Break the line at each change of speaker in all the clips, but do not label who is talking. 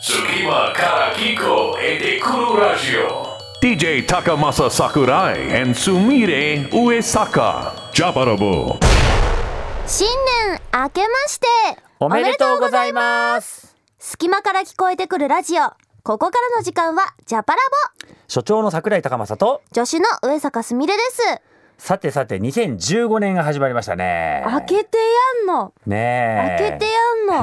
Tsukima Karakiko e Dekuru Radio.
DJ Takamasa Sakurai and Sumire Uesaka. Japarabu.
新年明けまして
おめでとうございます
隙間から聞こえてくるラジオここからの時間はジャパラボ
所長の桜井高政と
助手の上坂すみれです
さてさて2015年が始まりましたね
開けてやんの
ねえ
開けてや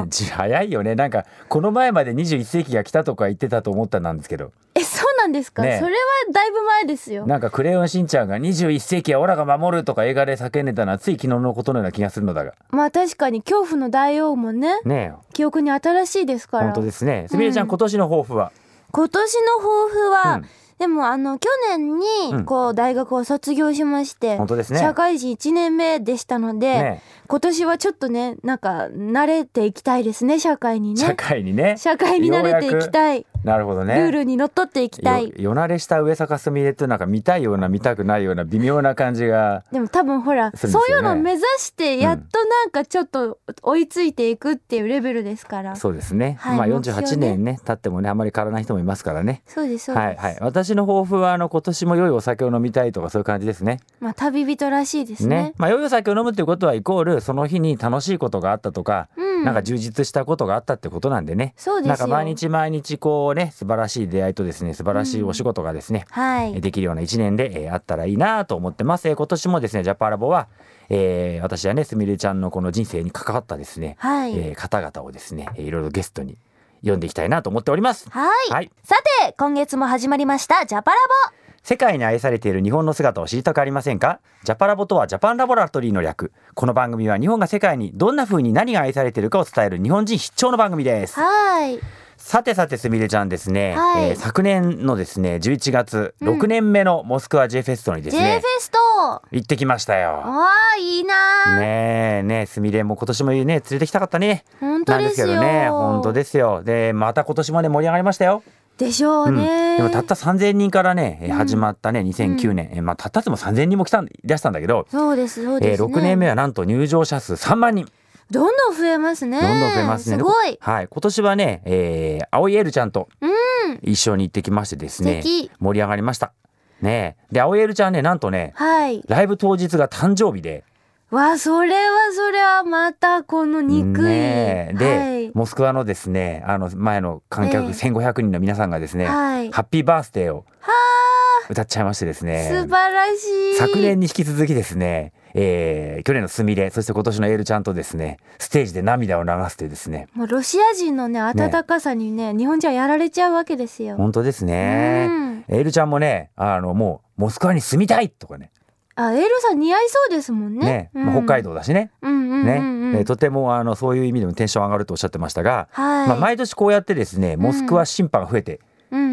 んの
じ早いよねなんかこの前まで21世紀が来たとか言ってたと思ったんなんですけど
えそうなんですか、
ねえ
それはだいぶ前ですよ
なんか「クレヨンしんちゃん」が「21世紀はオラが守る」とか映画で叫んでたのはつい昨日のことのような気がするのだが
まあ確かに恐怖の大王もね
ねえ
記憶に新しいですから
本当ですねすみれちゃん、
うん
今年の抱負は
今年の抱負は、
うん
でもあの去年
う
に
ん
こう大学を卒業しまして、
本当ですね
社会人1年目でしたので、
ね
今年はちょっとねなんか慣れていきたいですね社会にね
社会にね
社会に慣れていきたい、
なるほどね
ルールにのっとっていきたい
よよなれした上坂すみれってなんか見たいような見たくないような微妙な感じが
でも多分ほらそ
そ
うう,、
ですよね
いうのを目指してやっとなんかちょっと追いついていくっていうレベルですから、そ
そうですね。
はい
まあ
目標ね
48年ね経ってもねあまり変わらない人もいますからね。
うですそうです、
はいはい。私の抱負はあの今年も良いお酒を飲みたいとかそういう感じですね。
まあ旅人らしいです
ね。
ね
まあ良いお酒を飲むっていうことはイコールその日に楽しいことがあったとか、
うん
なんか充実したことがあったってことなんでね。
そうですよ
なんか毎日毎日こうね素晴らしい出会いとですね素晴らしいお仕事がですね。
はい
できるような一年で、えーあったらいいなと思ってます。えー今年もですね、ジャパラボは、えー私はね、すみれちゃんのこの人生に関わったですね、
はい、
えー方々をですね、えーいろいろゲストに読んでいきたいなと思っております。
はい、
はい
さて今月も始まりましたジャパラボ
世界に愛されている日本の姿を知りたくありませんかジャパラボとはジャパンラボラトリーの略。この番組は日本が世界にどんな風に何が愛されているかを伝える日本人必聴の番組です。
はい
さてさてすみれちゃんですね、
はい
えー昨年のですね、11月、
うん
6年目のモスクワ J フェストにです
J フェ
ね、
スト
行ってきましたよ。
ああいいなー、
ねえねえすみれも今年もね連れてきたかったね。
本当ですよ
なんですけどね本当ですよ。でまた今年もね盛り上がりましたよ。
でしょうね、
でもたった3,000人からね、えー
うん
始まったね2009年、えーまあ、たったっつっても3,000人も来たんいらしたんだけど、
そうですそうで
え
す、ね
6年目はなんと入場者数3万人
どんどん増えますね
どんどん増えますね。
すごい
はい、今年はね、えー、青いエルちゃんと一緒に行ってきましてですね
素敵
盛り上がりました。ねえで青いエルちゃんねなんとね
はい
ライブ当日が誕生日で。
わあそれはそれはまたこの憎い、
ねえで、
はい
モスクワのですねあの前の観客
ええ
1500人の皆さんがですね、
はい
ハッピーバースデーを歌っちゃいましてですね
素晴らしい
昨年に引き続きですね、えー去年のすみれそして今年のエールちゃんとですねステージで涙を流すというですね
もうロシア人のね温かさにね日本人はやられちゃうわけですよ
本当ですね、
うん
エールちゃんもねあのもうモスクワに住みたいとかね
あエールさん似合いそうですもんね
ね
うん
まあ、北海道だしね、
うんうんうん
ね、
うん
えーとてもあのそういう意味でもテンション上がるとおっしゃってましたが、
はい、
まあ、毎年こうやってですねモスクワ審判が増えて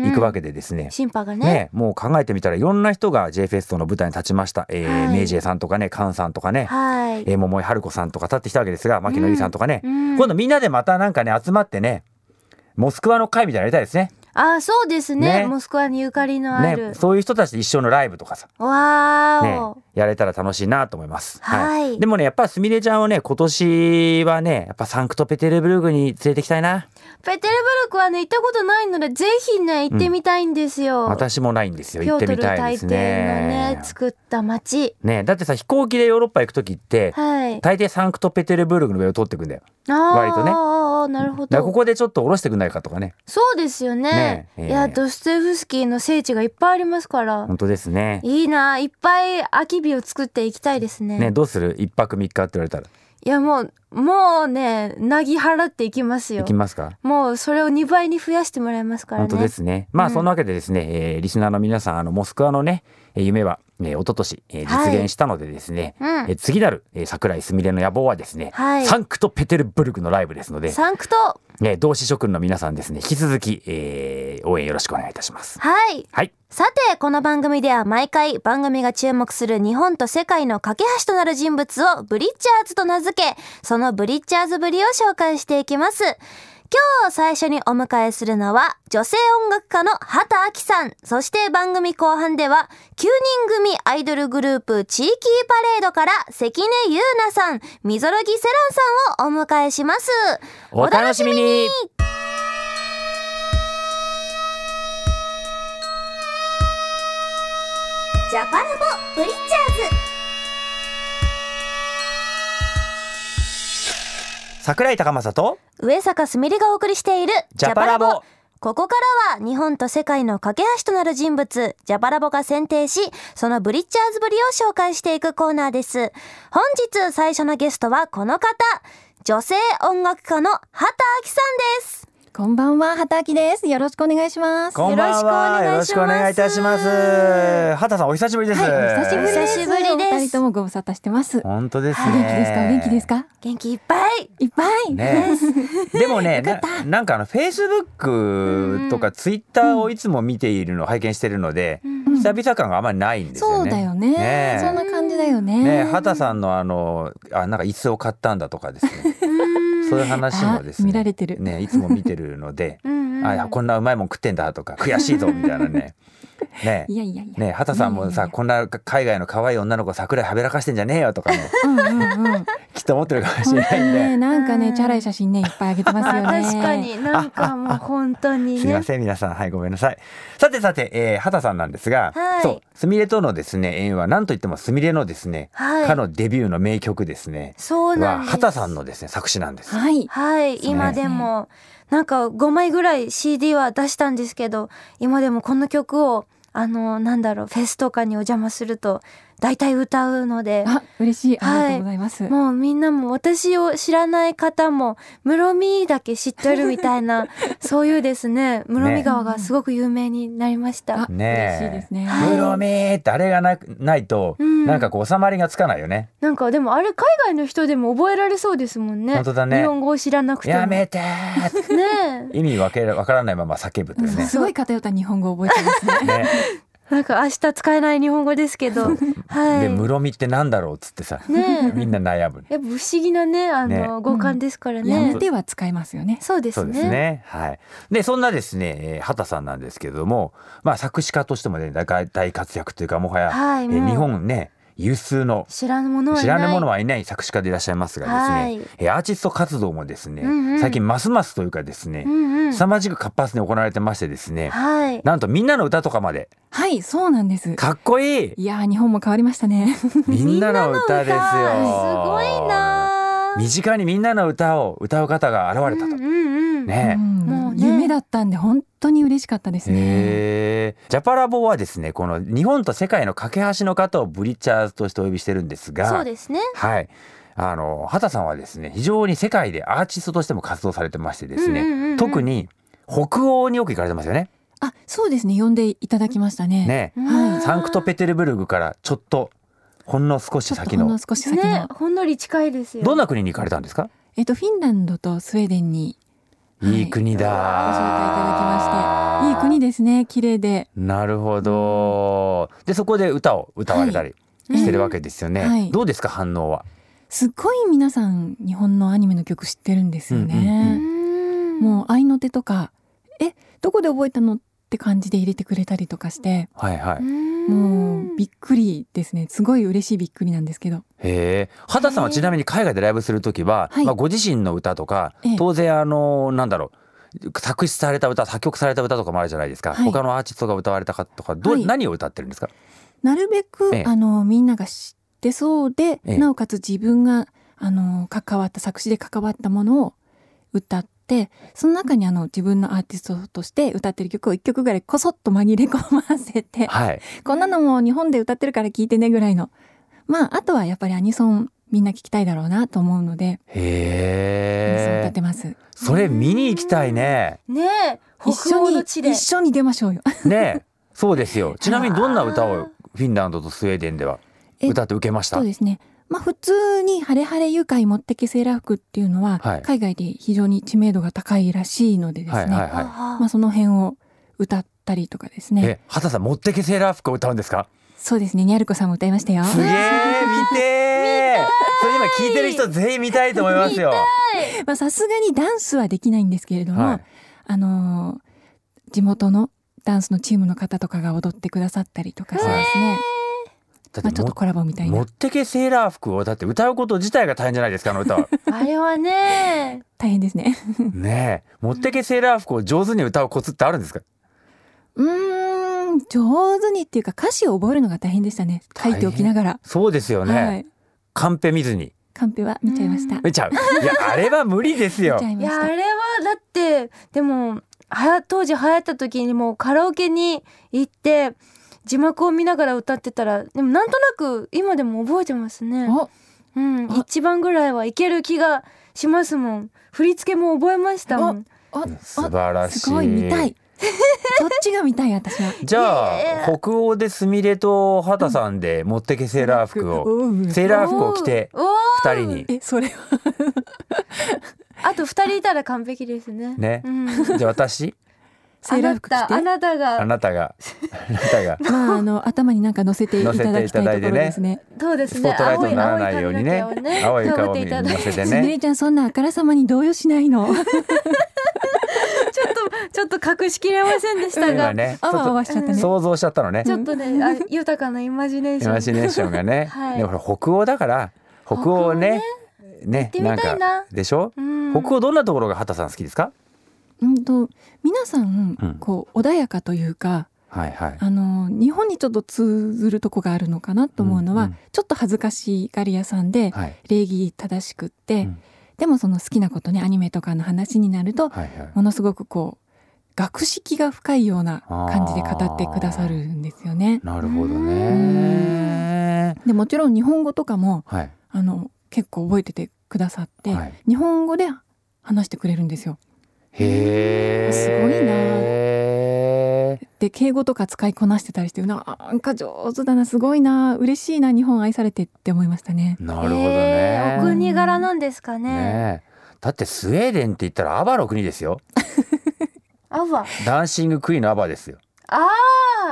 いくわ
け
けでですね、
審判がね
ね、もう考えてみたらいろんな人が J フェストの舞台に立ちました、えー
はい
メイジェイさんとかねカンさんとかね、
はい、
えー桃井春子さんとか立ってきたわけですが牧野由里さんとかね、
うん
今度みんなでまたなんかね集まってねモスクワの会みたいなのやりたいですね
あそうですね
ね
モスクワにゆかりのある、
ねそういう人たちと一緒のライブとかさ、
わ
ね
ーお、、
やれたら楽しいなと思います、
はい
でもねやっぱりすみれちゃんをね今年はねやっぱサンクトペテルブルクに連れてきたいな
ペテルブルクはね行ったことないのでぜひね行ってみたいんですよ、
私もないんですよ
ピョ
行って
ート
み
ル
たい
大
で
帝
す
のね
ね
作った町
ねだってさ飛行機でヨーロッパ行く時って、
はい
大抵サンクトペテルブルクの上を通ってくんだよ
あー
割とね
あーあーなるほ
だか
ど
らここでちょっと下ろしてくんないかとかね
そうですよね
ねええ
いやドストエフスキーの聖地がいっぱいありますから
本当ですね
いいないっぱい空き日を作っていきたいですね
ねどうする一泊三日って言われたら
いやもうもうねなぎ払っていきますよ
行きますか
もうそれを2倍に増やしてもらいますからね
本当ですねまあ
うん
そんなわけでですね、えーリスナーの皆さんあのモスクワのねえー夢は、えー、一昨年、えー
はい
実現したのでですね、
うん
えー次なる、えー、桜井すみれの野望はですね、
はい
サンクトペテルブルクのライブですので、
サンクト
えー同志諸君の皆さんですね引き続き、えー応援よろしくお願いいたします
はい
はい
さてこの番組では毎回番組が注目する日本と世界の架け橋となる人物をブリッチャーズと名付けそのブリッチャーズぶりを紹介していきます今日最初にお迎えするのは女性音楽家の畑亜紀さんそして番組後半では9人組アイドルグループ地域パレードから関根優奈さんみぞろぎセランさんをお迎えします
お楽しみに
こャパラボブリッジャーズ
桜井高政と
上坂すみれがお送りしている
ジャパラボ
ここからは日本と世界の架け橋となる人物ジャパラボが選定しそのブリッジャーズぶりを紹介していくコーナーです本日最初のゲストはこの方女性音楽家の畑明さんです
こんばんは、畑明です。よろしくお願いします。
こんばんはよろしくお願いいたします畑さんお久しぶりです、
はい、お久しぶりです。
久しぶりです
お二人ともご無沙汰してます。お
本当ですね
元気ですか、お
元
元気ですか。
気いっぱい
いっぱい。
ね、でもねななんかあのフェイスブックとかツイッターをいつも見ているのを拝見してるので、久々感があまりないんですよね。
そうだよね
ね
そんな感じだよね。
ね畑さんのあのあなんか椅子を買ったんだとかですね そういう話もですね
あ見られてる
ねいつも見てるの で
ん
あいやこんなうまいもん食ってんだとか悔しいぞみたいなね。ね
いやいやいや。
ね畑さんもさこんな海外の可愛い女の子桜井はべらかしてんじゃねえよと かね
うんうんうん。
きっと思ってるかもしれ
本
な
当
い
に
んで
ね、。なんかね、チャラい写真ね、いっぱいあげてますよね。
確か。になんかもう本当に
すみ
ね
ません皆さんはいごめんなさいさてさて、えー、畑さんなんですが、
はい
そうすみれとのですね縁は何といってもすみれのですね、
はい
かのデビューの名曲ですね
そうなんで
は
す
畑さんのですね作詞なんです
はい。
はい、今でもなんか5枚ぐらい CD は出したんですけど今でもこの曲をあのなんだろうフェスとかにお邪魔すると大体歌うので
あ、嬉しい。ありが
は
と
いう
ございます。
もうみんなも私を知らない方も室見だけ知ってるみたい なそういうですね室見川がすごく有名になりました。
あ、
ねえ
嬉しいですね。
黒目ってあれがなくないと、
うん
なんかこう収まりがつかないよね
なんかでもあれ海外の人でも覚えられそうですもんね。
本当だね
日本語を知らなくても。
やめ
ね
てーって
え。
意味わけわからないまま叫ぶとい うね
すごい偏った日本語を覚えてますね。
ね
なんか明日使えない日本語ですけ ど。はい。
で室見ってなんだろうっつってさ、
ねえ
みんな悩む
やっぱ不思議なねあの
ね
五感ですから
や
ね。
めては使いますよね。
そうです
そう
ね。
ですね。はい。で、そんなですね、えー畑さんなんですけれども、まあ作詞家としてもね、大大活躍というか、もはや、
はい
えー
もう
日本ね、有数の
知らぬものはいない。
知らぬ者はいない作詞家でいらっしゃいますがですね、
はい
えーアーティスト活動もですね、
うんうん
最近ますますというかですね、
うんうん。
凄まじく活発に行われてましてですね、
はい。
なんとみんなの歌とかまで、
はい、そうなんです。
かっこ いい
いやー、日本も変わりましたね。
みんなの歌ですよ。
みんなの歌すごいなー。
身近にみんなの歌を歌う方が現れたと。
うんうんうん。
ね。
うん
もうね
夢だったんで本当に嬉しかったですね。
へージャパラボはですねこの日本と世界の架け橋の方をブリッチャーズとしてお呼びしてるんですが
そうですね。
はいあの畑さんはですね非常に世界でアーティストとしても活動されてましてですね、
うんうんうんうん
特に北欧によく行かれてますよね。
あ、そうですね。呼んでいただきましたね。
ね
はい。
サンクトペテルブルグからちょっとほんの少し
ちょっと
先
ほんの
の
少し先の、
ねほんのり近いですよ。
どんな国に行かれたんですか
えっとフィンランドとスウェーデンに
いい国だ
ご紹介いただきまして、いい国ですね。綺麗で。
なるほどでそこで歌を歌われたりしてるわけですよね、
うんはい
どうですか反応は
すっごい皆さん日本のアニメの曲知ってるんですよ
う
ね。
ん。
もう愛の手とか、え、どこで覚えたのって感じで入れてくれたりとかして、
はいはい
うん
もうびっくりですね。すごい嬉しいびっくりなんですけど。
へえ。畑さんはちなみに海外でライブするときは、
はい
まあご自身の歌とか
ええ、
当然あのなんだろう、作詞された歌、作曲された歌とかもあるじゃないですか。
はい
他のアーティストが歌われたかとか、どう、
はい
何を歌ってるんですか。
なるべく、
ええ
あのみんなが知ってそうで、
ええ
なおかつ自分があの関わった作詞で関わったものを歌ってその中にあの自分のアーティストとして歌ってる曲を1曲ぐらいこそっと紛れ込ませて
はい。
こんなのも日本で歌ってるから聞いてねぐらいのまああとはやっぱりアニソンみんな聞きたいだろうなと思うのでアニソン歌
へ
っ
え
て。ます。
それ見に行きたいね。
ねえ北欧の地で
一緒に一緒に出ましょうよ。
ね。そうです よ。ちなみにどんな歌をフィンランドとスウェーデンでは
え
歌って受けました
そう。ですね。まあ普通にハレハレ愉快持ってけセーラー服っていうのは、
はい
海外で非常に知名度が高いらしいのでですね。
はいはいはい。
あ
まあその辺を歌ったりとかですね。
え、畑さん持ってけセーラー服を歌うんですか。
そうですね。ニャルコさんも歌いましたよ。
すげえ、見てー。それ今聞いてる人全員見たいと思いますよ。
まあさすがにダンスはできないんですけれども、
はい
あのー地元のダンスのチームの方とかが踊ってくださったりとかしてですね。
だって
まあちょっ
も
とコラボみたい
持
な
ってけセーラー服をだって歌うこと自体が大変じゃないですかあの歌 は
あれはね
大変ですね。
ねえ持ってけセーラー服を上手に歌うコツってあるんですか
うーんうん、上手にっていうか歌詞を覚えるのが大変でしたね書いておきながら、
そうですよね、
はい
カンペ見ずに
カンペは見ちゃいました
見ちゃうい やあれは無理ですよ
見ちゃい
い
まし
やあ
た
れはだってでもはや当時流行った時にもうカラオケに行って字幕を見ながら歌ってたらでもなんとなく今でも覚えてますね。
お
うん、
あ
一番ぐらいはいける気がしますもん。振り付けも覚えましたもん。
お
素晴ら
お
しい
すごい見 たいどっちが見たい私は
じゃあ
いや
北欧ですみれと畑さんで持ってけセーラー服を、
うん
セーラー服を着て
おーおー
二人に
えそれは
あと二人いたら完璧ですね。
ね
うん、
じゃあ私
セーラー服着て
あなたあなた
あ
が
なたがあなた が
まああの頭になんか乗せていただきたいところですね。
そうですね。
スポットライト
青
に
い
ならないようにね
青い髪の毛を
青い
か
顔
ぶっ
に
ていた
乗
だい
せ
て、
て
すみれ
ね
ちゃんそんなあからさまに動揺しないの。
ちょっとちょっと隠しきれませんでしたが、
今ねち
あわあ
ょっ
わしちゃった
と
ね。
想像しちゃったのね
ちょっとね、あ豊かなイマジネーシ
イ
ョン。
マジネーションがね、
はい
でもほら北欧だから北欧ねね
行ってみたいなん
かでしょ、
うん
北欧どんなところが畑さん好きですか
うんと皆さん
うん
こう穏やかというか、
はいはい
あの日本にちょっと通ずるとこがあるのかなと思うのは、
うんうん
ちょっと恥ずかしがり屋さんで
はい
礼儀正しくって、
うん
でもその好きなことねアニメとかの話になる
は
と
いはい
ものすごくこう学識が深いような感じで語ってくださるんですよね。
なるほどね
でもちろん日本語とかも
はい
あの結構覚えててくださって、
はい
日本語で話してくれるんですよ。
へえ
すごい
な
で敬語とか使いこなしてたりしてななんか上手だなすごいな嬉しいな日本愛されてって思いましたね。
なるほどね
えーお国柄なんですかね。
ねえだってスウェーデンって言ったらアバの国ですよ
アバ。
ダンシングクイーンのアバですよ
あ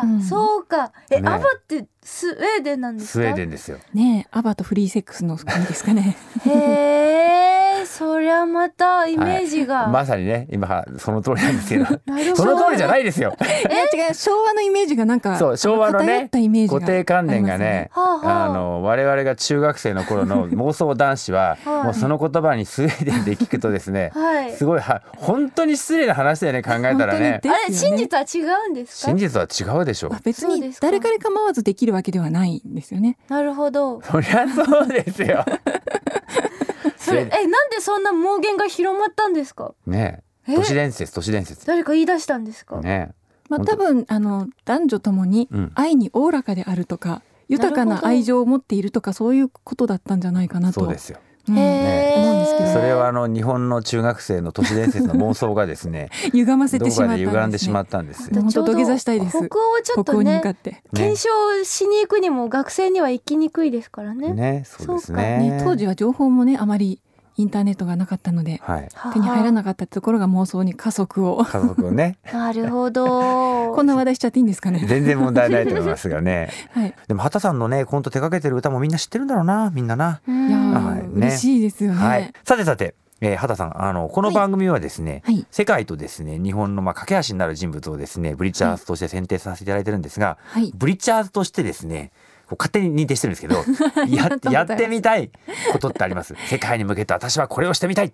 あ、
うん
そうか。え、
ね
アバってスウェーデンなんですか。
スウェーデンですよ
ねえアバとフリーセックスの国ですかね。
へえ、そりゃまたイメージが。
まさにね今その通りなんです けど
なるほど。。
その通りじゃないいですよ
え違う昭和のイメージがなんか
そう昭和のね
偏ったイメージが
固定観念がね
はあ、は
あ
あ、
の我々が中学生の頃の妄想男子は
はい
もうその言葉にスウェーデンで聞くとですね
はい。
すごいは本当に失礼な話だよね考えたらね
本当に
あれ、
です
真
よね
実は違うんですか
真。実は違うでしょ
あ別
そうで
に
すか
誰から構わずできるわけではないんですよね。
なるほど。
そりゃそうですよ
それ、え、なんでそんな妄言が広まったんですか。
ねえ
え
都市伝説都市伝説
誰か言い出したんですか。
ね
まあ、
本
多
当
分あの男女ともに
うん
愛におおらかであるとか、豊か
なるほ
な
ど
愛情を持っているとかそういうことだったんじゃないかなと
そうですよ
うん
へー
思うんですけど
それはあの日本の中学生の都市伝説の妄想がですね
歪ませ
ど
て
こ
しま
か
ったん
で
です、ね、
歪んでしまったんです
で
よ。
も本当
ちょうど
土下座したいです
北欧をちょっ
北欧
と
に向
ね
か。って、
検証しに行くにも学生には行きにくいですからね。
ねそうです
ね
ね
当時は情報もねあまりインターネットがなかったので
はい
はあ
手に入らなかったところが妄想に加速を
家族をね
なるほど。
こんな話題しちゃっていいんですかね。
全然問題ないと思いますがね
はい、
でも畑さんのねコント手掛けてる歌もみんな知ってるんだろうなみんなな。
うん
いやー、
はいね
嬉しいですよね。
はい、さてさて、えー、畑さんあのこの番組はですね、
はい
世界とですね日本のまあ架け橋になる人物をですねブリッチャーズとして選定させていただいてるんですが、
はい
ブリッチャーズとしてですねこう勝手に認定してるんです けどや
とうございます
やってみたいことってあります世界に向けて私はこれをしてみたい、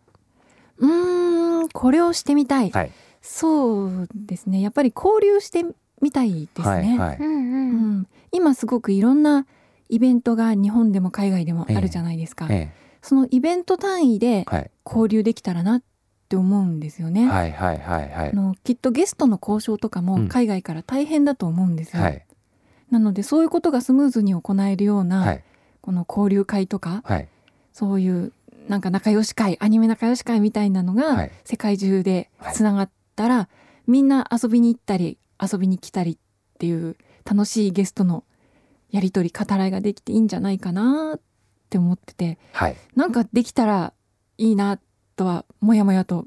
うーんこれをしてみたい、
はい
そうですねやっぱり交流してみたいですね。
はいは
う
い、
うん
うん。
ん、今すごくいろんなイベントが日本でも海外でもあるじゃないですか、
え
そのイベント単位で
えはい
交流できたらなって思うんですよね、
はいはいはいは
あ
い
のきっとゲストの交渉とか
う
も
ん
海外から大変だと思うんですよ、
はい
なのでそういうことがスムーズに行えるような、
はい
この交流会とか
はい
そういうなんか仲良し会アニメ仲良し会みたいなの
は
が
い
世界中でつながったら、みんな遊びに行ったり遊びに来たりっていう楽しいゲストのやり取り語らいができていいんじゃないかなって思ってて
はい
なんかできたらいいなとはもやもやと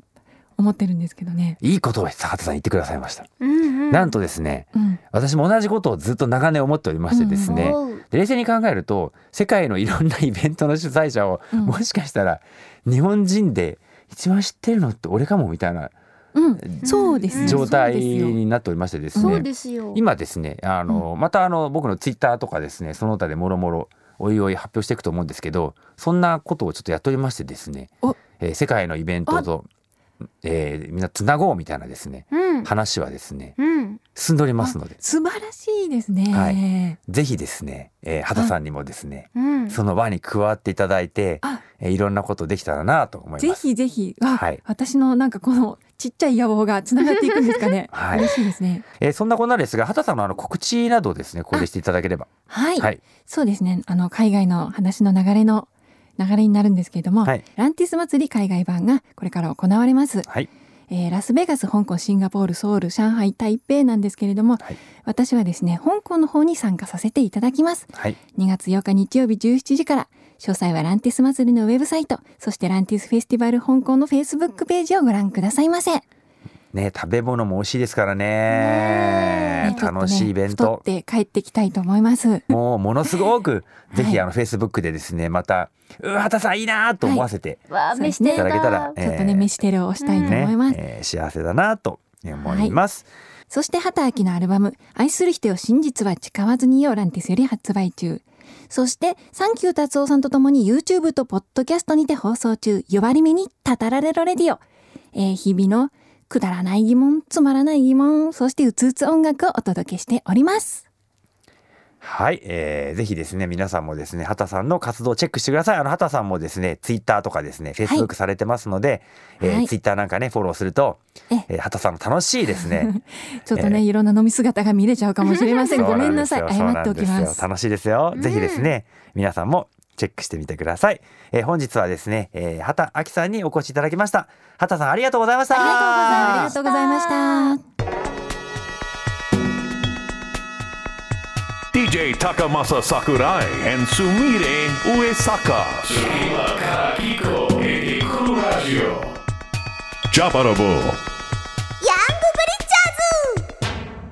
思ってるんですけどね。
いいことを坂田さん言ってくださいました、
うんうん。
なんとですね
うん、
私も同じことをずっと長年思っておりましてですね、
おう
で冷静に考えると世界のいろんなイベントの主催者を、
うん
もしかしたら日本人で一番知ってるのって俺かもみたいな
うん、そうですね
状態
そうですよ
になっておりましてです
そう
ね
ですよ。
今ですねあの、またあの僕のツイッターとかですねその他でもろもろおいおい発表していくと思うんですけどそんなことをちょっとやっておりましてですね
お、
えー世界のイベントと、えーみんなつなごうみたいなですね
うん。
話はですね
うん。
進んでおりますので、
素晴らしいですね。
はぜひですね、えー、畑さんにもですね、
うん。
その輪に加わっていただいて、
あ
えーいろんなことできたらなと思い
ぜ
ます。
ひぜひ、わ
はい。
私のなんかこのちっちゃい野望がつながっていくんですかね
はい
嬉しいですね。
えーそんなこんなですが、畑さんのあの告知などをですね、ここでしていただければ。
はい、
はい。
そうですね。あの海外の話の流れの流れになるんですけれども、
はい
ランティス祭り海外版がこれから行われます。
はい。
えーラスベガス、香港、シンガポール、ソウル、上海、台北なんですけれども、
はい
私はですね、香港の方に参加させていただきます。
はい。
2月8日日曜日17時から、詳細はランティス祭りのウェブサイト、そしてランティスフェスティバル香港のフェイスブックページをご覧くださいませ。
ね、食べ物も美味しいですからね。
ねちょっとね
楽しいイベン
太っ
ト。
て帰ってきたいと思います。
もうものすご く、
い
ぜひあのフェイスブックでですね、また、うわ、畑さんいいなと思わせて、
わあ、飯テ
いただけた
だ
ら。
ちょっとね、飯テレをしたいと思いま
ね、
す。
えー幸せだなと思います。
そして畑明のアルバム「愛する人よ真実は誓わずによ」ランティスより発売中そしてサンキュー達夫さんとともに YouTube とポッドキャストにて放送中「呼ばれ目にたたられろレディオ」えー日々のくだらない疑問つまらない疑問そしてうつうつ音楽をお届けしております
はい、えー、ぜひですね皆さんもですね畑さんの活動をチェックしてくださいあの畑さんもですねツイッターとかですねフェイスブックされてますので、え
は
ー
い
ツイッターなんかねフォローすると、
え
えー、畑さんの楽しいです ね
ちょっとね、いろんな飲み姿が見れちゃうかもしれません
そ
ご
う
めん
んで
な
す
さい
よ
謝っておき
そうなん
ま
ですすよ楽しいですよ、ぜひですね皆さんもチェックしてみてください、えー、本日はですね、えー、畑明さんにお越しいただきました畑さんありがとうございました
ありがとうございました。
DJ Takamasa Sakurai and Sumire Uesaka.
Sunima Karakiko e te Kuru Radio.
Jabarabo.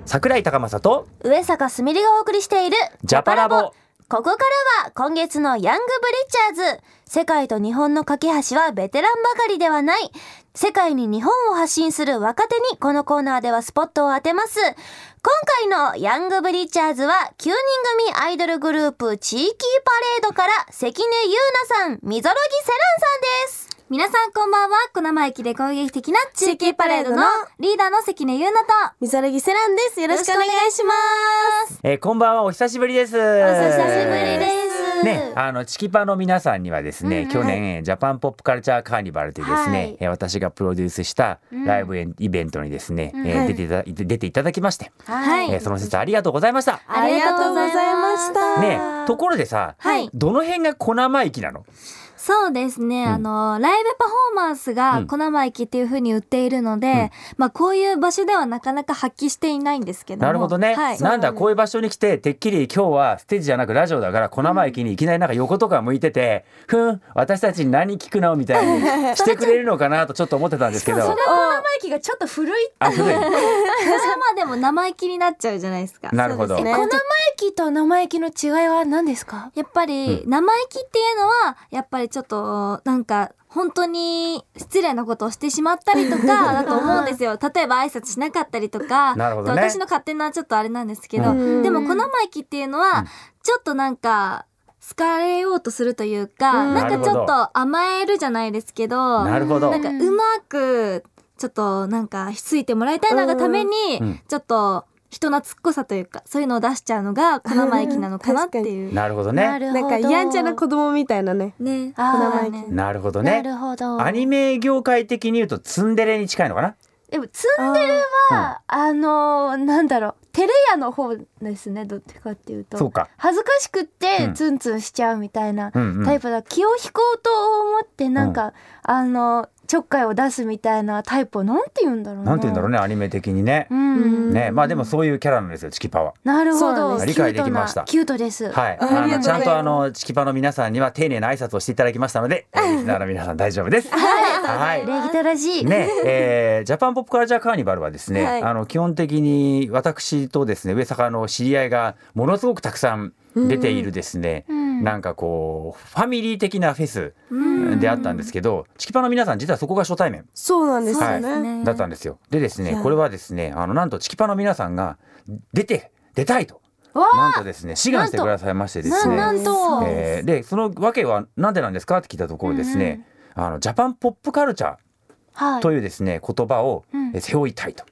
桜井高政と
上坂すみれがお送りしている
ジャパラボ
ここからは今月のヤングブリッチャーズ世界と日本の架け橋はベテランばかりではない世界に日本を発信する若手にこのコーナーではスポットを当てます今回のヤングブリッチャーズは9人組アイドルグループ地域パレードから関根優奈さんみぞろぎセランさんです皆さんこんばんは小生駅で攻撃的な地域パレードのリーダーの関根優奈とみぞろぎセランですよろしくお願いします
えー、こんばんはお久しぶりですお
お久しぶりです。
ね、あのチキパの皆さんにはですね、去年、ジャパンポップカルチャーカーニバルというですね、
はい
えー私がプロデュースしたライブエンイベントにですね、えー出ていた出ていただきまして、
は
えーその説ありがとうございました。
ありがとうございました。
ね、ところでさ、
はい
どの辺が小生意気なの？
そうですね、あのライブパフォーマンス
う
が
ん
小生意気っていう風に売っているので、まあこういう場所ではなかなか発揮していないんですけども
なるほどね。
はい、
なんだこういう場所に来て、てっきり今日はステージじゃなくラジオだから小生意気にいきなりなんか横とか向いてて、ふん、私たちに何聞くのみたいにしてくれるのかなとちょっと思ってたんですけど、
生意気がちょっと古い
あ、古 い。
それまでも生意気になっちゃうじゃないですか
なるほど。
小生意気と生意気の違いは何ですか？
やっぱり生意気っていうのはやっぱりちょっとなんか本当に失礼なことをしてしまったりと かだと思うんですよ。例えば挨拶しなかったりとか、
なるほどね
私の勝手なちょっとあれなんですけど、
うん
でもこの生意気っていうのはちょっとなんか好かれようとするというか、
うん
なんかちょっ
な
と甘えるじゃないですけど、
なるほど。
なんかうまくちょっとなんかひついてもらいたいながために、
うん
ちょっと人懐っこさというかそういうのを出しちゃうのが小生意気なのかなっていう。
なるほどね。
る
なんかやんちゃな子供みたいなね。
ね、
あ
小生
ー
意気
なる
なるほど
な
ね。
るほど。
アニメ業界的に言うとツンデレに近いのかな。
でもつ
ツンデレはあのーなんだろうテレヤの方ですね。どっちかっていう
そう
と。
か。
恥ずかしくっ
う
て
ん
ツンツンしちゃうみたいな
うんうん
タイプだ。気を引こうと思ってなんかあのちょっかいを出すみたいなタイプをなんて言うんだろうな。
なんて言うんだろうね、アニメ的にね
う。ん。
ね、まあでもそういうキャラなんですよ、チキパは。
なるほ
そうなん
ど。
です
理解できました
キュートなキュートです。
はい、
あ
あ
りがとうござ
の
います
ちゃんとあのチキパの皆さんには丁寧な挨拶をしていただきましたので、えーリスナーの皆さん大丈夫です。はい。
礼儀正しい。
ね、えージャパンポップカルチャーカーニバルはですね、
はい
あの基本的に私とですね上坂の知り合いがものすごくたくさん出ているですね、
ん
なんかこうファミリー的なフェスであったんですけど、チキパの皆さん実はそこが初対面
そうなんですよ
は
ね。
だったんですよ。でです
い
ね
や
これはですねあのなんとチキパの皆さんが出て出たいと
わ
なんとですね志願してくださいましてですね。
なんと。
えーでその訳はなんでなんですかって聞いたところですね、あのジャパンポップカルチャー
はい。
というですね言葉を
うん
え背負いたいと。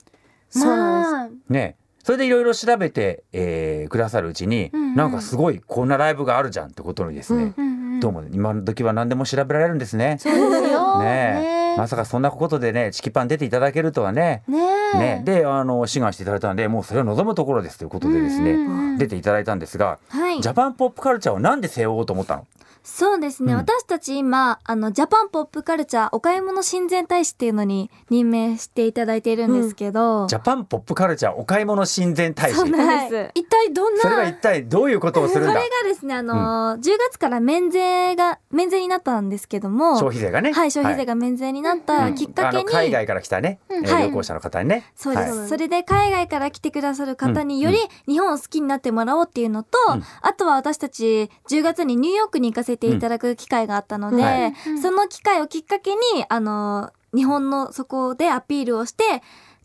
そうなんです。
んです。
ねそれでいろいろ調べて、えーくださるうちに、
うんうん
なんかすごいこんなライブがあるじゃんってことにですね、
うんうん
どうも今の時は何でも調べられるんですね。
そうですよ。
ねえ
ね
まさかそんなことでねチキパン出ていただけるとはね。
ね
ね、であの志願していただいたんでもうそれを望むところですということでですね、
うんうんうん
出ていただいたんですが、
はい
ジャパンポップカルチャーをなんで背負おうと思ったの
そうですね、
うん
私たち今あのジャパンポップカルチャーお買い物親善大使っていうのに任命していただいているんですけど、
ジャパンポップカルチャーお買い物親善大使
そうなんです、
一体どん
それが
な
一体どういうことをするん
そ
だ
れがですねあのー、10月から免税が免税になったんですけども
消費税がね
はい消費税が免税になった
うん
きっかけに、
あの海外から来たね、えー
はい
旅行者の方にね、
そうです、
はい
それで海外から来てくださる方により日本を好きになってもらおうっていうのと、
うん
あとは私たち10月にニューヨークに行かせていただく機会があったので、
うんはい
その機会をきっかけにあの日本のそこでアピールをして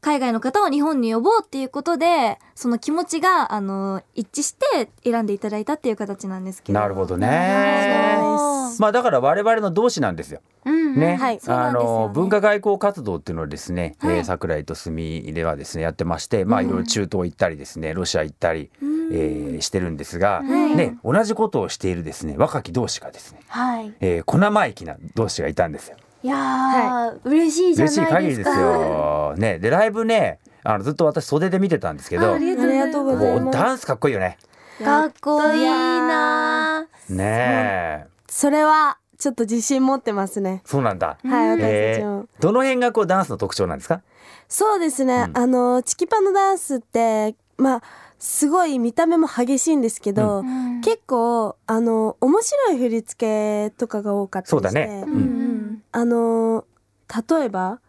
海外の方を日本に呼ぼうっていうことでその気持ちがあの一致して選んでいただいたっていう形なんですけど
なるほど
なる
ね
ほど
まあだから我々の同志なんですよ
うん
ね、
はいそうな
あ
んですよね
の文化外交活動っていうのをですね、
はい
えー桜井と住ではですねやってまして、まあいろいろ中東行ったりですね、ロシア行ったり、
うん
えーしてるんですが、
はい
ね同じことをしているですね若き同志がですね、
はい。
えー、小生意気な同志がいたんですよ。
いやー、嬉しいじゃ
嬉しい
ない
限
で
り
す
で
か。
すよ。ねでライブねあのずっと私袖で見てたんですけど。
ありがとうござい
もう
ます。
ダンスかっこいいよね。
かっこいいな
ねえ、
それはちょっと自信持ってますね。
そうなんだ。
はい、私た
え
ちも
ー。、どの辺がこうダンスの特徴なんですか？
そうですね、
うん
あのチキパのダンスってまあすごい見た目も激しいんですけど、
うん
結構あの面白い振り付けとかが多かった
そう
り
だ
して、
ね。
うんうん
あの例えば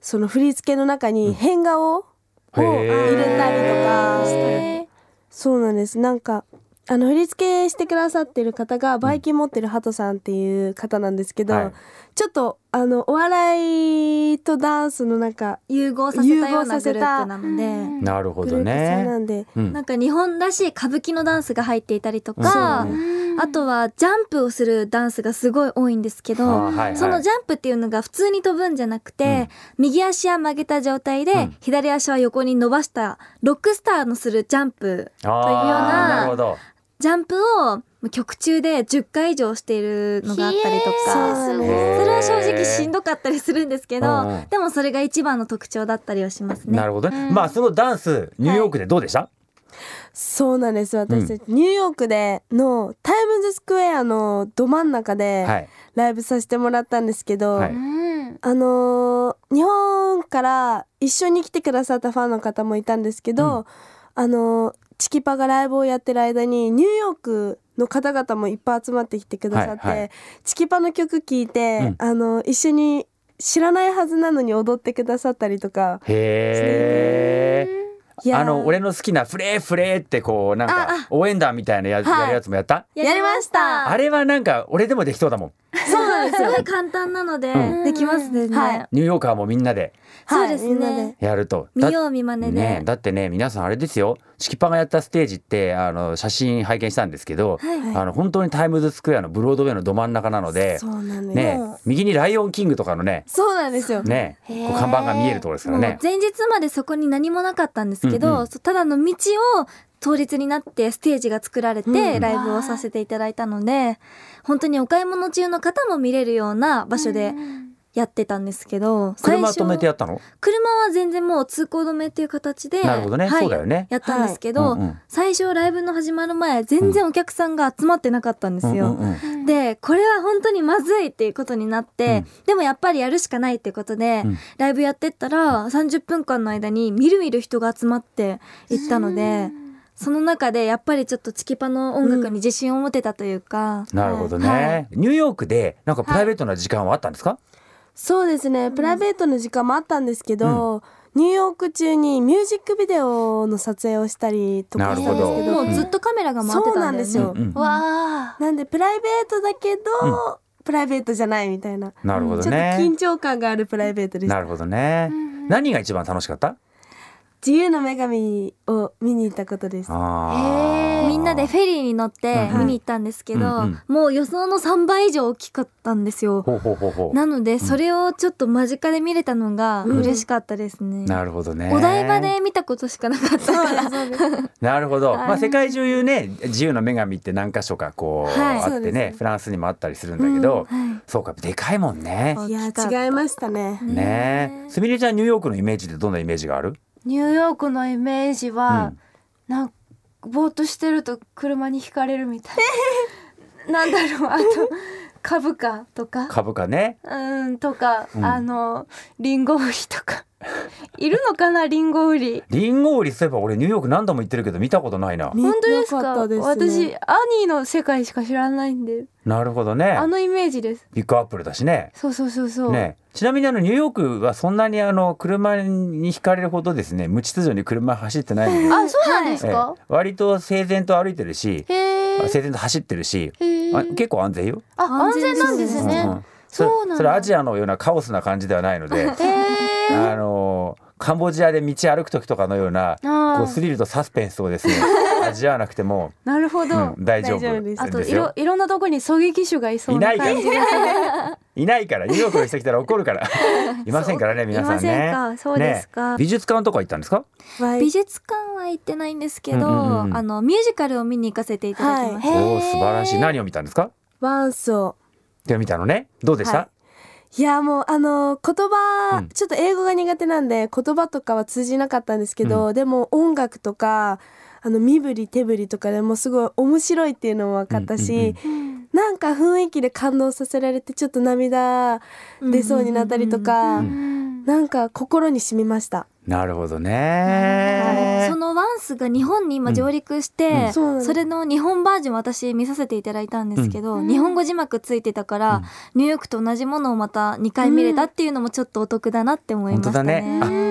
その振り付けの中に変顔を
へー
入れたりとかして、
へ
そうなんですなんかあの振り付けしてくださってる方がバイキン持ってるハトさんっていう方なんですけど、
はい
ちょっとあのお笑いとダンスのなんか
融合させたようなグループなので。
なるほ
グ
ど
ループさんな
ね。
んで、
うん
なんか日本らしい歌舞伎のダンスが入っていたりと
うんそう
か、
だね
あとはジャンプをするダンスがすごい多いんですけど、
あーはいはい
そのジャンプっていうのが普通に飛ぶんじゃなくて、右足は曲げた状態で、
うん
左足は横に伸ばしたロックスターのするジャンプ
あー
というような
るほど。
ジャンプを曲中で10回以上しているのがあったりとか。
す
す
ご
ご
い
い。
それは正直しんどかったりするんですけど、
うんうん
でもそれが一番の特徴だったりはしますね。
なるほどね。まあそのダンスニューヨークでどうでした？
そうなんです私たち、ニューヨークでのタイムズスクエアのど真ん中
は
で
い。
ライブさせてもらったんですけど、
は
う
い
ん
あのー日本から一緒に来てくださったファンの方もいたんですけど、あのーチキパがライブをやってる間にニューヨークの方々もいっぱい集まってきてくださって、
はいはい
チキパの曲聴いて、
うん
あのー一緒に知らないはずなのに踊ってくださったりとか
へえ。
いやー
あの俺の好きなフレーフレーってこうなんか応援団みたいなや,、
はい
やるやつもやった。
やりました
あれはなんか俺でもできそうだもん。
そうなんですごい簡単なので、
う
できますね。
はい
ニューヨーカーもみんなで
そうですね
みんなで
やると。だ
見よう見まねで、
ねだってね皆さんあれですよチキパがやったステージってあの写真拝見したんですけど、
はい
あの本当にタイムズスクエアのブロードウェイのど真ん中なので
そうなんです、
ね右に「ライオンキング」とかのね
そうなんですよ、
ねこ
へー
う看板が見えるところですから
もう
ね。
前日までそこに何もなかったんですけど、
うんうん
そうただの道を当日になってステージが作られて
うん
ライブをさせていただいたので、本当にお買い物中の方も見れるような場所でやってたんですけど、
車止めてやったの
車は全然もう通行止めっていう形で
なるほどね、
はい
そうだよね。
やったんですけど、
うんうん
最初ライブの始まる前全然お客さんが集まってなかったんですよ。
うんうんうん
でこれは本当にまずいっていうことになって、でもやっぱりやるしかないっていうことで、
うん
ライブやってったら30分間の間にみるみる人が集まっていったので、その中でやっぱりちょっとチキパの音楽に自信を持てたというか、
なるほどね、
はい
ニューヨークでなんかプライベートな時間はあったんですか、
そうですねプライベートの時間もあったんですけど、ニューヨーク中にミュージックビデオの撮影をしたりとかしたんです
なる
け
ほ
ど
ど
もうずっとカメラが回って
そう
た
なん
だよね、
んですよ、
うんうん
わ
なんでプライベートだけど、プライベートじゃないみたいな
なるほど
ちょっと緊
ね。
張感があるプライベートでし
な
た
るほどね、何が一番楽しかった？
自由の女神を見に行ったことです。
あー
みんなでフェリーに乗って見に行ったんですけど、
うんうん
もう予想の3倍以上大きかったんですよ。
ほうほうほうほう
なのでそれをちょっと間近で見れたのが嬉しかったですね。
なるほどね
お台場で見たことしかなかったから。
なるほど、
はい
まあ、世界中ね自由の女神って何箇所かこう、
はい
あ
そ
っ
う
て
で
ね
すね
フランスにもあったりするんだけど、
うんはい
そうかでかいもんね。
いや
大きかった
違いましたね。
ねえすみれちゃんニューヨークのイメージってどんなイメージがある、
ニューヨークのイメージは、
うん
なんかぼーっとしてると車にひかれるみたいななんだろうあと株価とか
株価ね
うーんとか、
うん
あのリンゴ売りとかいるのかなリンゴ売り
リンゴ売りそういえば俺ニューヨーク何度も行ってるけど見たことないな。
見
本当です
な
か
ったですね
私アニーの世界しか知らないんで
なるほどね
あのイメージです
ビッグアップルだしね。
そうそうそうそう、
ね、ちなみにあのニューヨークはそんなにあの車にひかれるほどですね無秩序に車走ってないので
あそうなんです
ええ
か、
割と整然と歩いてるし
へ
あ
ー
整然と走ってるし
へ
あ
ー
結構安全よ。
あ安全なんです
そう
ね、
うんうん
そうなんだ
それアジアのようなカオスな感じではないの
へ
で
ー
あのカンボジアで道歩く時とかのような
あー
こうスリルとサスペンスをですね味わわなくても、
なるほど、
うん、大丈夫
大丈夫です
あと
で
い
すよ
ろいろんなとこに狙撃手がいそう
いな
ない
か
感じが
らいないからニューヨークの人来たら怒るからいませんからね皆さんね
いませんかそうですか
ね美術館とか行ったんですか
はい
美術館は行ってないんですけど、
うんうんうん
あのミュージカルを見に行かせていただきました。
おお素晴らしい何を見たんですか
ワンソ
で見たのねどうでした、
はいー。いやもうあの言葉、
うん
ちょっと英語が苦手なんで言葉とかは通じなかったんですけど、でも音楽とかあの身振り手振りとかでもすごい面白いっていうのも分かったし、なんか雰囲気で感動させられてちょっと涙出そうになったりとか、
うんうん
なんか心に染みました。
なるほどね
そのワンスが日本に今上陸して、
うんうん
そうなんです
それの日本バージョン私見させていただいたんですけど、日本語字幕ついてたから、ニューヨークと同じものをまた2回見れたっていうのもちょっとお得だなって思い
本
ま
当
した
だ
ね。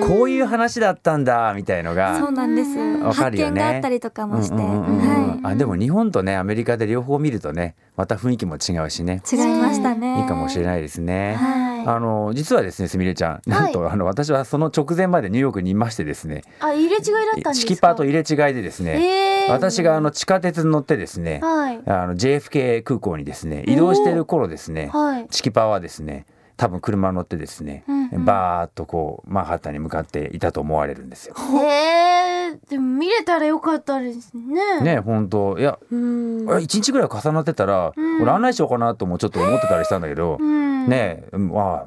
ねあこういう話だったんだみたいのが
そうなんです、
わか
発
るよ
見
ね
があったりとかもして、
うんうんうんうん
はい、
あでも日本とねアメリカで両方見るとねまた雰囲気も違うしね
違いました
い
ね。
いかもしれないですね。
はい
あの実はですねすみれちゃんなんと、あの私はその直前までニューヨークにいましてですね
あ入れ違いだったんです
チ
か
キパーと入れ違いでですね、
えー
私があの地下鉄に乗ってですね、
はい
あの JFK 空港にですね移動してる頃ですね、
はい
チキパーはですね多分車に乗ってですね、
うんうん
バーっとこうマンハッタンに向かっていたと思われるんですよ。
へえでも見れたらよかったですね
ね本当いや
うん
あ一日ぐらい重なってたら、
ん
俺案内しようかなともちょっと思ってたりしたんだけど、
うん
ねえまあ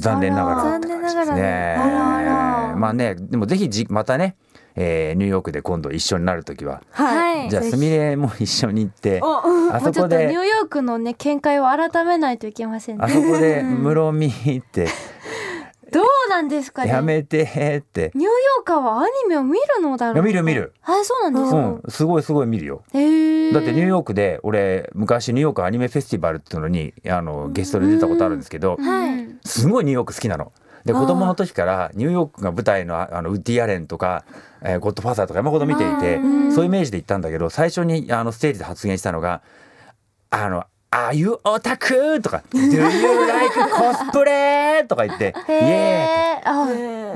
残念ながら
残念ながら
ね
ね。
あらあら
まあねでもぜひじまたね、えーニューヨークで今度一緒になる時は
はい。
はい
じゃあすみれも一緒に行ってあ
も
そう
ちょ
こ
っとニュー
で
ヨークのね見解を改めないといけません
あ
ね
そこで室見って
どうなんですかね
やめてって
ニューヨーカーはアニメを見るのだろう
いや見る見る
あそうなんで
う
す
ん
か、
すごいすごい見るよ
へえ
だってニューヨークで俺昔ニューヨークアニメフェスティバルっていうのにあのゲストで出たことあるんですけど
はい
すごいニューヨーク好きなの。で子供の時からニューヨークが舞台のああのウッディ・アレンとか、えーゴッドファーザーとか山ほど見ていてそういうイメージで行ったんだけど最初にあのステージで発言したのが「あの Are you オタク?」とか「Do you like cosplay?」とか言って「イエーイ!」
へえあ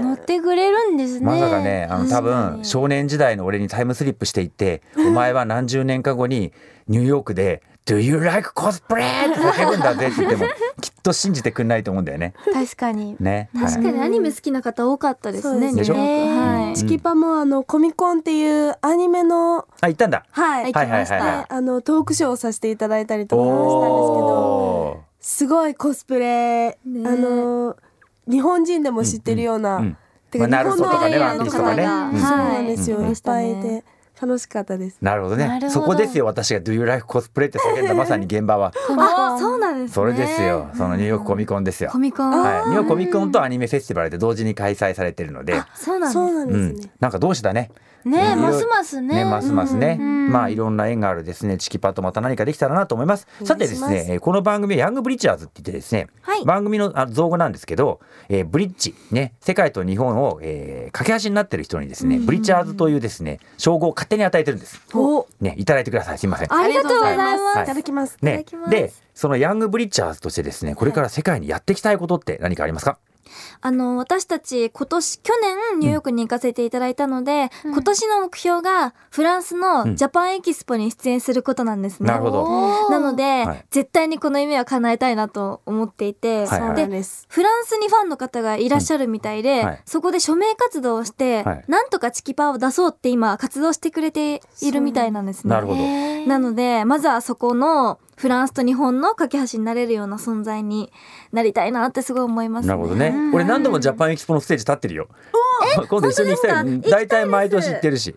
乗ってくれるんですね
まさかねあの多分少年時代の俺にタイムスリップしていってお前は何十年か後にニューヨークで「Do you like cosplay?」って叫ぶんだぜって言ってもきっと信じてくんないと思うんだよね。
確かに
ねはい
確かにアニメ好きな方多かったですね。
そう
でしょ
ニューヨークはい。
チキパもあのコミコンっていうアニメの
あ行ったんだ。
は
は
い
いはいはいはい
であのトークショーをさせていただいたりとかもしたんですけど、
お
すごいコスプレ、あの日本人でも知ってるような、
うんうんうん
て
まあ
日
ナ
本
ルソとかね
レイヤ
ワ
ー
ンピー
の
スとかね
方が
うん
そうなんですよ、
うん
いっぱいいて楽しかったです。
ーなるほどね
なるほ
そ
ど
こですよ私が「Do you like cosplay?」って叫んだまさに現場は
あ、そうなんですね。
それですよそのニューヨークコミコンですよ
コ。ミコン。
はい、ニューヨークコミコンとアニメフェスティバルで同時に開催されてるので、
そうなんです
そ
ね
うなんで
う
すね。
ん、なんか同志だね。
ね
うん
ますますね
ね、ますますね、
ん
まあいろんな縁があるですねチキパとまた何かできたらなと思います
お願いし
さ
ます
てですねえーこの番組はヤングブリッジャーズって言ってですね、
はい
番組のあ造語なんですけど、えーブリッジね世界と日本を、えー架け橋になってる人にですね、ブリッジャーズというですね称号を勝手に与えてるんです
お
ねいただいてくださいすいません
ありがとうございます。
はい
いただきます。
ね
きます
でそのヤングブリッジャーズとしてですねこれから世界にやっていきたいことって何かありますか、
あの、私たち今年、去年ニューヨークに行かせていただいたので、
うん
今年の目標がフランス
う
の
ん
ジャパンエキスポに出演することなんですね。
なるほど
なので、
はい
絶対にこの夢は叶えたいなと思っていて、
はいはい
で
そうです。
フランスにファンの方がいらっしゃるみたいで、
うんはい
そこで署名活動をして、
はい
なんとかチキパーを出そうって今活動してくれているみたいなんですね。
なるほど。
なのでまずはそこのフランスと日本の架け橋になれるような存在になりたいなってすごい思いますね。
なるほどね。俺何度もジャパンエキスポのステージ立ってるよ。 今度一緒に行きたい
本当ですか
よ。大体毎年行ってるし。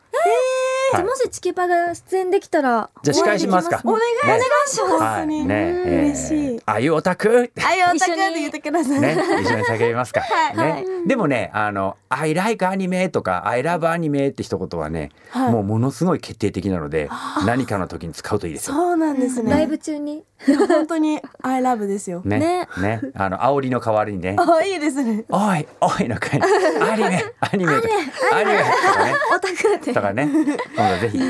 じゃあもしチキパが出演できたら
じゃあ司会しますか。
お願いします。本
は
当
い
に。
ね
うん
えー
嬉しい。
あゆオタク って
あいや、お
一緒に
宅で言ってください。
ね、一緒に叫びます か。ね、でもね、あの、I like アニメとか I love アニメって一言はね、
はい
もうものすごい決定的なので、何かの時に使うといいですよ。
そうなんですね。
ライブ中に
いや本当に I love ですよ。
ね、
ね
ね、あの煽りの代わりにね。
あ、いいですね。
おい、おいの 会、アニメ、アニメとか、アニメとかね、
オタクって
とかね、 今度ぜひ、え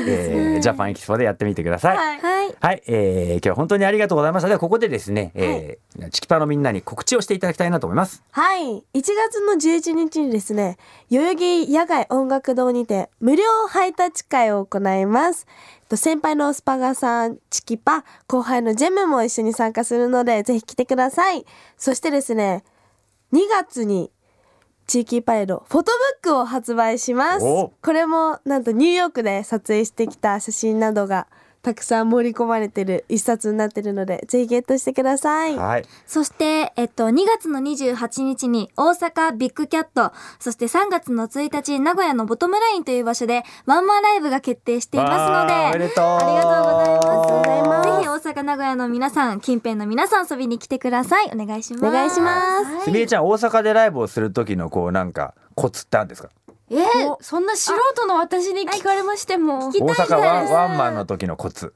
ージャパンエキスポでやってみてください。
はい
はい、えー今日は本当にありがとうございました。ではここでですね、えーチキパのみんなに告知をしていただきたいなと思います。
はい。1月の11日にですね、代々木野外音楽堂にて無料ハイタッチ会を行います。えっと先輩のスパガさん、チキパ、後輩のジェムも一緒に参加するので、ぜひ来てください。そしてですね、2月にチキパイロフォトブックを発売します。
お
これもなんとニューヨークで撮影してきた写真などがたくさん盛り込まれてる一冊になってるので、ぜひゲットしてください。
はい、
そして、えっと、2月の28日に大阪ビッグキャット、そして3月の1日、名古屋のボトムラインという場所で、ワンマンライブが決定していま
わあ
す
お
の
め
で、
でとう。
ありがとうございます。
あ
ぜ
り
ひ大阪、名古屋の皆さん、近辺の皆さん遊びに来てください。お願いします。
お願いします。
すみえちゃん、大阪でライブをする時のこうなんかコツってあるんですか。
えー、そんな素人の私に聞かれましても
大阪ワンワンマンの時のコツ。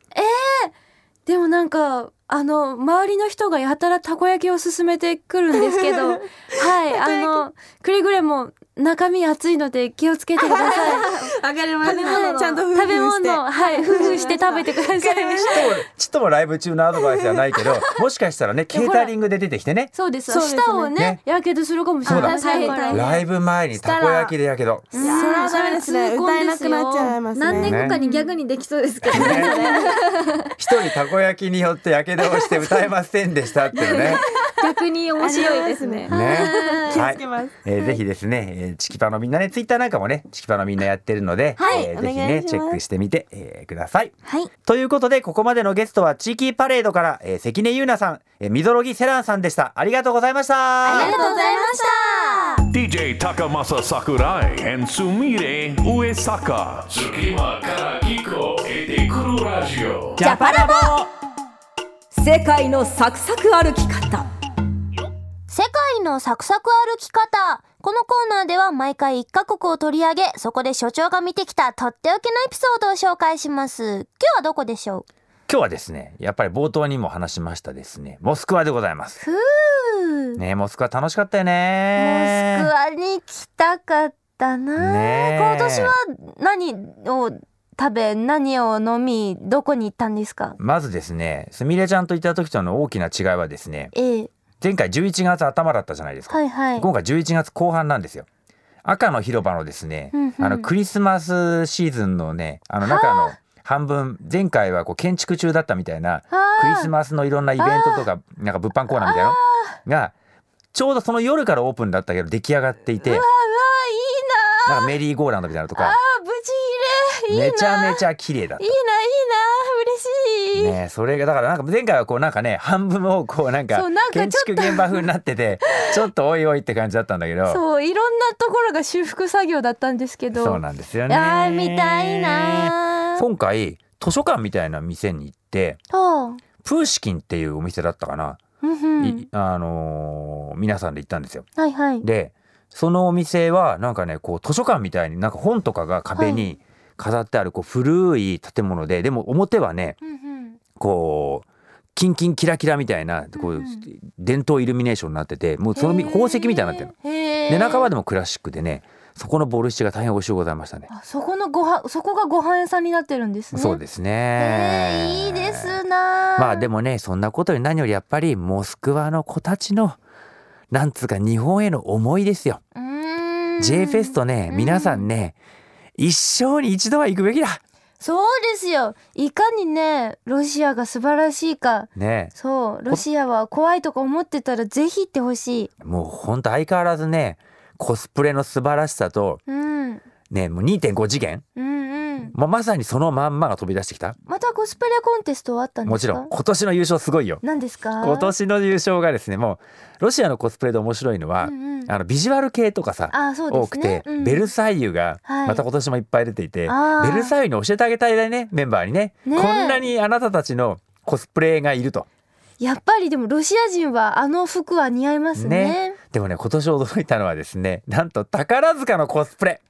でもなんかあの周りの人がやたらたこ焼きを勧めてくるんですけ どはいあのくれぐれも中身熱いので気をつけてください
わかりまし
はい
た。ちゃんと夫婦
食べ
して。
物はい夫婦して食べてください
ちっともライブ中のアドバイスじゃないけど、もしかしたらね、ケータリングで出てきてね。
そうです
そうですね
舌をね
ね
やけどするかもしれない
そうだ
大変
大変
ライブ前にたこ焼きでやけど。
いやそれはダメですね。
痛
歌えなくなっちゃいますね。
何年後かにギャグにできそうですけどね。
一人たこ焼きによってやけどをして歌えませんでしたっていう ね。
逆に面白いですね。
ね。
気を
は
つけます。
えー、ぜひですね、えー、チキパのみんなね、ツイッターなんかもね、チキパのみんなやってるので、
はい
えーぜひ
お願いし
ね、
ます
チェックしてみて、えーください。
はい。
ということで、ここまでのゲストは、地域パレードから、えー関根優奈さん、えー、みぞろぎセランさんでした。ありがとうございました。
ありがとうございました。
DJ Takamasa Sakurai and Sumire Uesaka.
Tsukima Karagiko et des Kuro Radio.
ジャパラボ世界のサクサク歩き方
世界のサクサク歩き方このコーナーでは毎回1カ国を取り上げそこで所長が見てきたとっておきのエピソードを紹介します今日はどこでしょ
今日はですね、やっぱり冒頭にも話しましたですね、モスクワでございます。
う
ね、モスクワ楽しかったよ
モ
ね。
スクワに来たかったな、
ねえ
今年は何を食べ何を飲みどこに行ったんですか
まずですね、すみれちゃんといた時との大きな違いはですね、
ええ
前回11月頭だったじゃないですか。
はいはい
今回11月後半なんですよ。赤の広場のですね、
うんうん
あのクリスマスシーズンのね、あの中の半分、前回はこう建築中だったみたいな、
あ
ク
ー
リスマスのいろんなイベントとか、なんか物販コーナーみたいなのが、ちょうどその夜からオープンだったけど出来上がっていて、なんかメリーゴーランドみたいなのとか、
あ無事入れいいな
めちゃめちゃ綺麗だっ
いいないいな嬉しい、
ねえそれがだからなんか前回はこうなんかね半分をこうなんか
そうなんか
建
ちょ
築現場風になっ ててちょっとおいおいって感じだったんだけど
そういろんなところが修復作業だったんですけど
そうなんですよ
い
ね
やー見たいなー
今回図書館みたいな店に行って
そう
プーシキンっていうお店だったかな、
うんうん
いあのー皆さんで行ったんですよ
はいはい
でそのお店はなんかねこう図書館みたいになんか本とかが壁に飾ってあるこう古い建物ででも表はね
うんうん
こうキンキンキラキラみたいなこう、
うんうん
伝統イルミネーションになっててもうそのみ
へー
宝石みたいになってるの。
へー
で中はでもクラシックでねそこのボルシチが大変美味しゅうございましたね。
あそこのごはそこがご飯屋さんになってるんですね
そうです
え
ね
ー、いいですなー
まあでもねそんなことより何よりやっぱりモスクワの子たちのなんつうか日本への思いですよ。
うーん
J フェストね皆さんね一生に一度は行くべきだ
そうですよいかにねロシアが素晴らしいか
ね
そうロシアは怖いとか思ってたらぜひ行ってほしい
もうほんと相変わらずねコスプレの素晴らしさと
うんうん
ねもう2.5次元、
うん
まあ、まさにそのまんまが飛び出してきた
またコスプレコンテストはあったん
も
で
ち
すか
ろん今年の優勝すごいよ
何ですか
今年の優勝がですねもうロシアのコスプレで面白いのは、
うんうん
あのビジュアル系とかさ
あそうですね
多くて、
うん
ベルサイユが
はい
また今年もいっぱい出ていて、
あー
ベルサイユに教えてあげたいねメンバーにね
ねえ
こんなにあなたたちのコスプレがいると。
やっぱりでもロシア人はあの服は似合いますね
でもね今年驚いたのはですねなんと宝塚のコスプレ、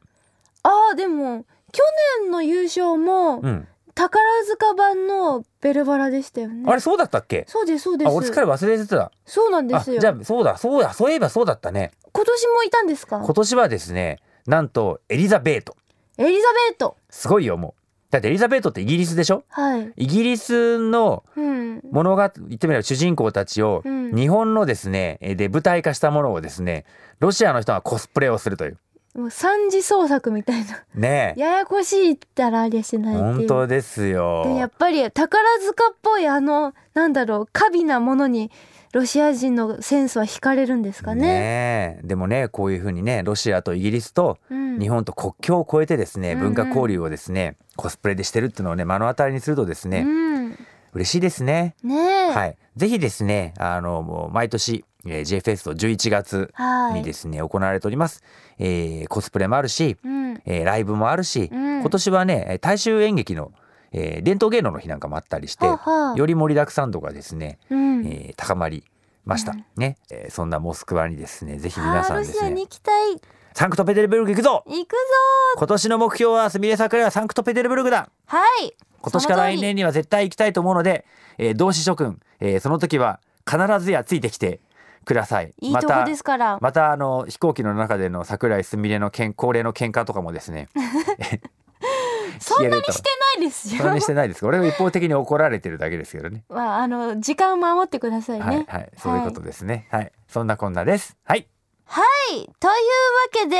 あーでも去年の優勝も
うん、
宝塚版のベルバラでしたよね
あれそうだったっけ
そうですそうで
あ俺
す
すっかり忘れてた
そうなんで
あ
すよ
じゃあそうだそうだそういえばそうだったね
今年もいたんですか
今年はですねなんとエリザベート
エリザベート
すごいよもうだってエリザベートってイギリスでしょ
はい
イギリスの
うん
物語言ってみれば主人公たちを
うん
日本のですね、えーで舞台化したものをですねロシアの人がコスプレをするという
もう三次創作みたい な
ねえ
ややこしいったらありゃしないってい
本
う
当です
でや
よ
っぱり宝塚っぽいあのなんだろう華美なものにロシア人のセンスは惹かれるんですかね
ねえでもねこういうふうにねロシアとイギリスと
うん
日本と国境を越えてですね、
うん
文化交流をですねコスプレでしてるっていうのをね目の当たりにするとですね、
うん
嬉しいですね。
ねえ、
はいい、ぜひですねあのもう毎年、えー、J フェスト11月
はい
にですね、行われております、えーコスプレもあるし、
うん、
えーライブもあるし、
うん
今年はねえー大衆演劇の、えー伝統芸能の日なんかもあったりして
はあはあ
より盛りだくさん度がですね、
うん
えー高まりました、ね、えーそんなモスクワにですねぜひ皆さん
あー
で
ロシ
す
アに
ね
行きたい
サンクトペテルブルク行くぞ
行くぞ
今年の目標はスミレ桜はサンクトペテルブルクだ
はい
今年から来
その通り
年には絶対行きたいと思うので、えー同志諸君、えーその時は必ずやついてきてください
いいとこですから、
またあの飛行機の中での桜井すみれのけん恒例の喧嘩とかもですね
そんなに
聞けると
してないです
そんな
よ
にしてないですか俺は一方的に怒られてるだけですけどね
まああの時間を守ってくださいね
はいはいそういうことですねはい、そんなこんなですはい
はい。というわけで、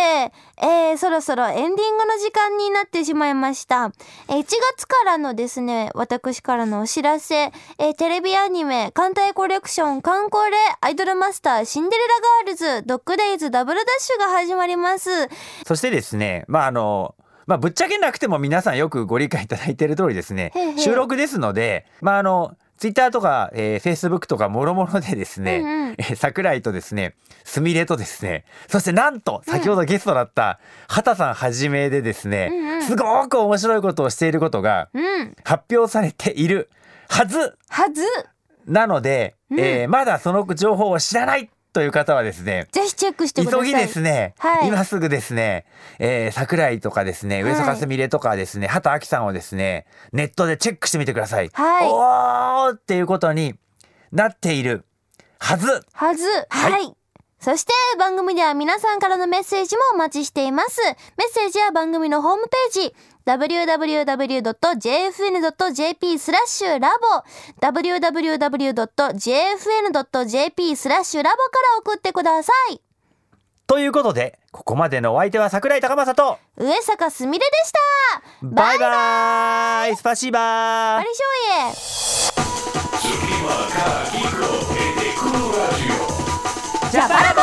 えーそろそろエンディングの時間になってしまいました。えー1月からのですね、私からのお知らせ、えーテレビアニメ、艦隊コレクション、観光レ、アイドルマスター、シンデレラガールズ、ドッグデイズ、ダブルダッシュが始まります。
そしてですねまああのまあ、ぶっちゃけなくても皆さんよくご理解いただいている通りですね
へいへい
収録ですのでまああのツイッターとか、えー、フェイスブックとかもろもろでですね、
うんうん
えー桜井とですねすみれとですねそしてなんと先ほどゲストだった畑さんはじめでですね、
うんうん
すごく面白いことをしていることが
うん。
発表されているはず
はず。
なので、えーまだその情報を知らないという方はですね
ぜひチェックしてくださ
急
い。
ぎですね、
はい
今すぐですね、えー、桜井とかですね上坂すみれとかですね、畑明さんをですねネットでチェックしてみてください、
はい
おーっていうことになっているはず
はず。はい。そして番組では皆さんからのメッセージもお待ちしています。メッセージは番組のホームページ www.jfn.jp スラッシュラボ www.jfn.jp スラッシュラボから送ってください。
ということでここまでのお相手は桜井高正と
上坂すみれでした
バイ
イ
バイスパシーバー
バリショイエ
Tsukimaka Kiko e Dekuro Radio.
ジャパラ